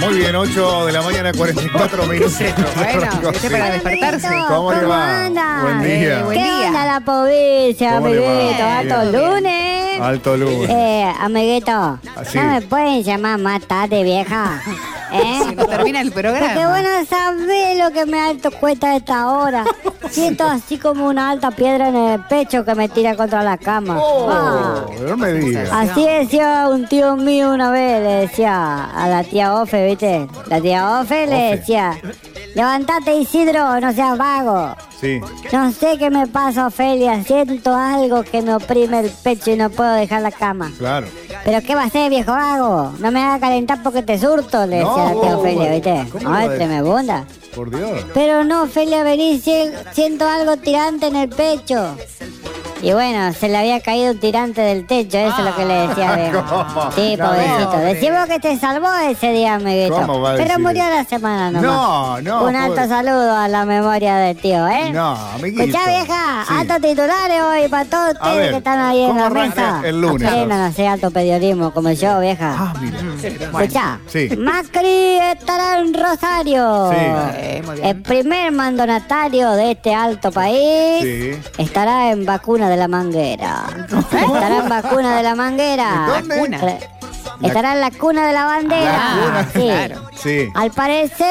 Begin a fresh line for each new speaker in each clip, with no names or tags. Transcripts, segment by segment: Muy bien, 8 de la mañana, 44 minutos.
Bueno, este para despertarse.
¿Cómo le va?
andas?
Buen
Eh,
día.
buen
¿Qué
día.
onda la provincia,
¿Cómo le va?
amiguito?
Bien.
Alto lunes.
Alto luz.
Eh, amiguito,
Así.
¿no me pueden llamar más tarde, vieja? ¿Eh?
Se nos termina el
Porque
programa.
bueno, sabés lo que me alto cuesta esta hora. Siento así como una alta piedra en el pecho que me tira contra la cama. Ah.
Oh, no me digas.
Así decía un tío mío una vez, le decía a la tía Ofe, ¿viste? La tía Ofe
Ofe.
le decía, levantate Isidro, no seas vago.
Sí.
No sé qué me pasa, Ofelia. Siento algo que me oprime el pecho y no puedo dejar la cama.
Claro.
¿Pero qué va a ser, viejo vago? No me hagas calentar porque te surto, le
No,
decía la tía
vos,
Ofelia,
bueno,
¿viste?
¿cómo
Ay,
va a
te me bunda.
Por Dios.
Pero no, Ofelia, vení, si- siento algo tirante en el pecho. Y bueno, se le había caído un tirante del techo, eso es lo que le decía a
Ah, ¿Cómo?
Bebo. Sí,
No,
pobrecito.
pobre.
Decimos que te salvó ese día,
¿Cómo va
amiguito.
a
Pero
decir
murió
eso?
la semana nomás.
No, no,
Un alto
pobre.
saludo a la memoria del tío, ¿eh?
No, amiguito.
Escuchá, vieja,
Sí.
altos titulares hoy para todos
A
ustedes
ver,
que están ahí en
¿cómo
la
arranca
mesa.
el lunes?
Aprendan a hacer alto periodismo como yo, vieja.
Ah, mira.
Escuchá,
Sí.
Macri estará en Rosario.
Sí.
Eh, muy bien.
El primer mandonatario de este alto país
Sí.
estará en vacuna de la manguera. Estará en vacuna de la manguera.
¿En dónde?
Vacuna.
Cre- Estará en la cuna de la bandera.
Ah,
Sí.
claro.
Sí.
Al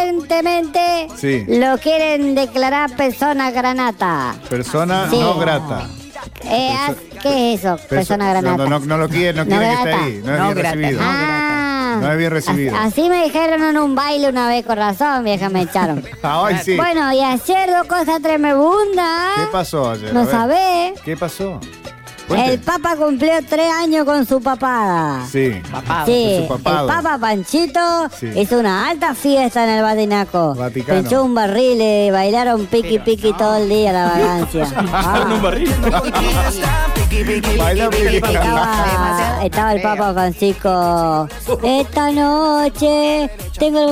parecentemente
Sí.
lo quieren declarar persona granata.
Persona
Sí.
no grata.
Eh, ah, ¿Qué es eso?
Perso-
Persona granata.
No, no, no lo quiere, no
No
quiere que esté
grata.
ahí. No es
No
bien
grata,
recibido.
no.
Ah,
No es bien recibido.
as- Así me dijeron en un baile una vez con razón, vieja, me echaron.
Ah, hoy sí.
Bueno, y ayer dos cosas tremebundas.
¿Qué pasó ayer? A
No
ver.
sabés.
¿Qué pasó?
El
Cuente.
Papa cumplió tres años con su papada.
Sí.
Papá.
Sí,
con su
el
papado.
Papa Panchito
Sí.
hizo una alta fiesta en el Batinaco.
Vaticano.
Pinchó un barril y bailaron piqui piqui todo el día la vagancia. Ah,
Baila piqui, piqui.
estaba, estaba el Papa Francisco. Esta noche tengo el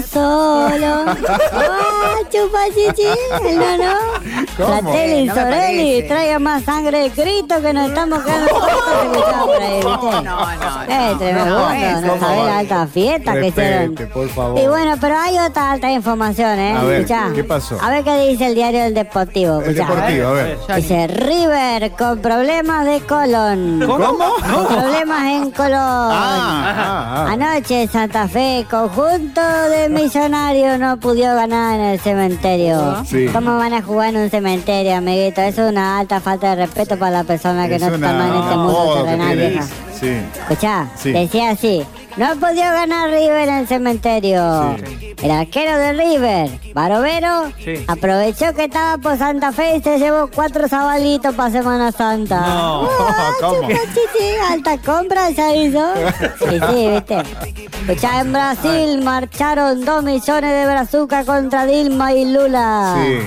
solo. ¡Ah, chupa chichi! No, no. La
¿Cómo?
tele
No me
Sorelli
parece.
traiga más sangre de Cristo que nos estamos quedando cortos de escuchar por ahí, ¿viste?
No, no,
Eh,
no.
tremendo,
No,
no,
eso.
sabés la alta fiesta que hicieron.
Respete, por favor.
Y bueno, pero hay otra alta información, ¿eh?
A ver,
Escuchá.
¿qué pasó?
A ver qué dice el diario del Deportivo.
El
escuchá.
deportivo, a ver.
Dice River con problemas de colon.
¿Cómo?
Con problemas en colon.
Ah, ah, ah.
Anoche Santa Fe, conjunto de millonarios, no pudo ganar en el cementerio.
Sí.
¿Cómo van a jugar en un cementerio, amiguito? Eso es una alta falta de respeto para la persona que
Es
no está
una-
más en este
un
mundo
apodo que
terrenal.
tiene.
vieja.
Sí.
Escuchá,
Sí.
decía así. No pudo ganar River en el cementerio. El arquero de River, Barovero,
Sí.
aprovechó que estaba por Santa Fe y se llevó cuatro sabalitos para Semana Santa.
No,
Ah,
¿cómo?
chupa, chichi, alta compra ya hizo. Sí, sí, viste. Escuchá, en Brasil marcharon dos millones de brazucas contra Dilma y Lula.
Sí.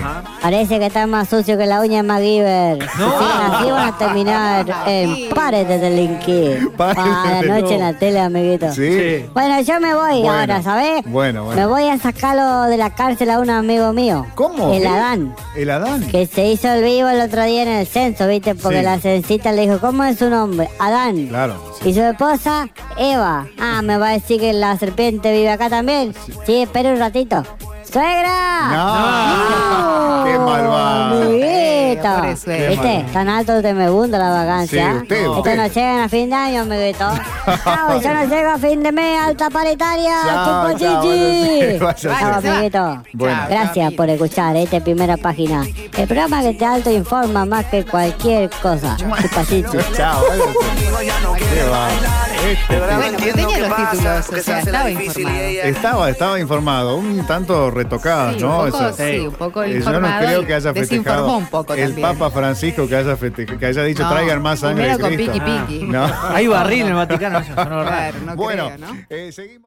Parece que está más sucio que la uña de MacGyver.
No.
Si siguen así van a terminar en pares de delinquir.
Pares de
Ah, noche en la tele, amiguito.
Sí.
Bueno, yo me voy
Bueno.
ahora, ¿sabés?
Bueno, bueno.
Me voy a sacarlo de la cárcel a un amigo mío.
¿Cómo? ¿Eh?
El Adán.
El Adán.
Que se hizo el vivo el otro día en el censo, ¿viste? Porque
Sí.
la censita le dijo, ¿cómo es su nombre? Adán.
Claro. sí.
Y su esposa, Eva. Ah, me va a decir que la serpiente vive acá también. Sí, espera un ratito. ¡Suegra!
No. Ah, Qué malvado.
Amiguito.
Pobre suegra.
¿Viste? este. Tan alto te me bunda la vacancia.
Sí, usted,
¿eh?
usted.
Esto no llegan a fin de año, amiguito. Chao, yo no llego a fin de mes, alta paritaria.
Chao,
Chupo
chao,
chichi.
bueno, sí, vaya,
Chao,
sí.
amiguito.
Bueno.
Gracias por escuchar esta primera página. El programa que te alto informa más que cualquier cosa. Chupa chichi.
Chao. eh. Qué va. Este
Bueno, pero tenía los títulos, o sea, estaba informado.
Estaba, estaba informado, un tanto retocada,
Sí,
¿no?
un poco,
Eso.
sí, un poco
Eh, Yo no
informado
creo
y
que haya festejado
desinformó un poco
el
también.
Papa Francisco que haya, feste- que haya dicho
No,
traigan más sangre de
primero con
Cristo.
piqui, piqui.
No.
Hay barril en el Vaticano, eso sonó raro.
Claro, no
bueno,
creo, ¿no?
eh, seguimos.